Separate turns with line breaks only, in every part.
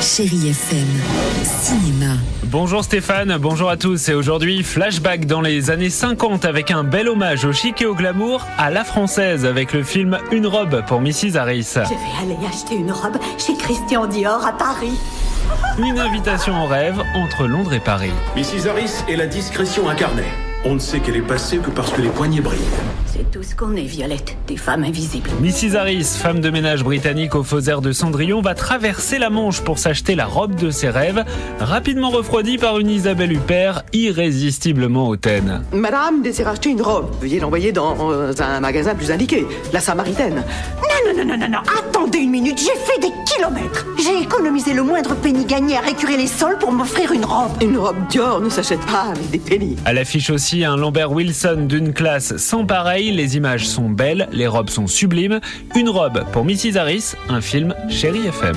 Chérie FM, cinéma.
Bonjour Stéphane, bonjour à tous et aujourd'hui flashback dans les années 50 avec un bel hommage au chic et au glamour à la française avec le film Une robe pour Mrs Harris.
Je vais aller acheter une robe chez Christian Dior à Paris.
Une invitation en rêve entre Londres et Paris.
Mrs Harris est la discrétion incarnée. On ne sait qu'elle est passée que parce que les poignets brillent.
C'est tout ce qu'on est, Violette, des femmes invisibles.
Mrs Harris, femme de ménage britannique au faux air de Cendrillon, va traverser la Manche pour s'acheter la robe de ses rêves, rapidement refroidie par une Isabelle Huppert irrésistiblement hautaine.
Madame désire acheter une robe. Veuillez l'envoyer dans euh, un magasin plus indiqué, la Samaritaine.
Non, non, non, non, non, attendez une minute, j'ai fait des kilomètres. J'ai économisé le moindre penny gagné à récurer les sols pour m'offrir une robe.
Une robe Dior ne s'achète pas avec des pennies.
Elle affiche aussi un Lambert Wilson d'une classe sans pareil, les images sont belles, les robes sont sublimes. Une robe pour Mrs Harris, un film Chérie FM.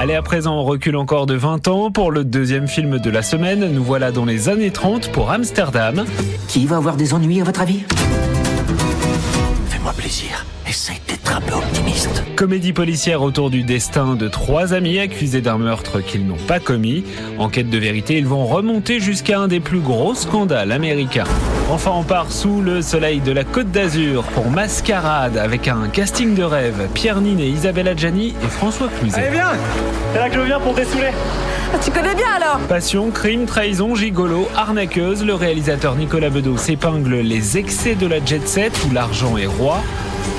Allez, à présent, on recule encore de 20 ans. Pour le deuxième film de la semaine, nous voilà dans les années 30 pour Amsterdam.
Qui va avoir des ennuis à votre avis
Fais-moi plaisir. Essaye d'être un peu optimiste.
Comédie policière autour du destin de trois amis accusés d'un meurtre qu'ils n'ont pas commis. En quête de vérité, ils vont remonter jusqu'à un des plus gros scandales américains. Enfin, on part sous le soleil de la Côte d'Azur pour Mascarade avec un casting de rêve. Pierre Ninet, Isabella Gianni et François Cluzet.
C'est là que je viens pour dessouler.
Ah, Tu connais bien alors
Passion, crime, trahison, gigolo, arnaqueuse, le réalisateur Nicolas Bedeau s'épingle les excès de la jet set où l'argent est roi.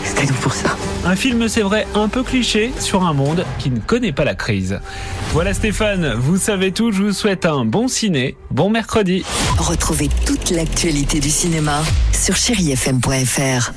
C'était donc pour ça.
Un film, c'est vrai, un peu cliché sur un monde qui ne connaît pas la crise. Voilà Stéphane, vous savez tout, je vous souhaite un bon ciné, bon mercredi.
Retrouvez toute l'actualité du cinéma sur chérifm.fr.